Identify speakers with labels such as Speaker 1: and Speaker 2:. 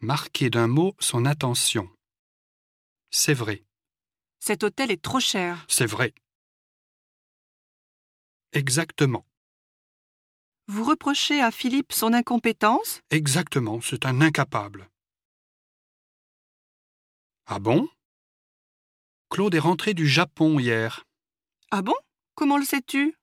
Speaker 1: Marquer d'un mot son attention. C'est vrai,
Speaker 2: Cet hôtel est trop cher.
Speaker 1: c'est vrai. Exactement,
Speaker 2: Vous reprochez à Philippe son incompétence
Speaker 1: exactement, c'est un incapable. Ah bon Claude est rentré du Japon hier.
Speaker 2: Ah bon Comment le sais-tu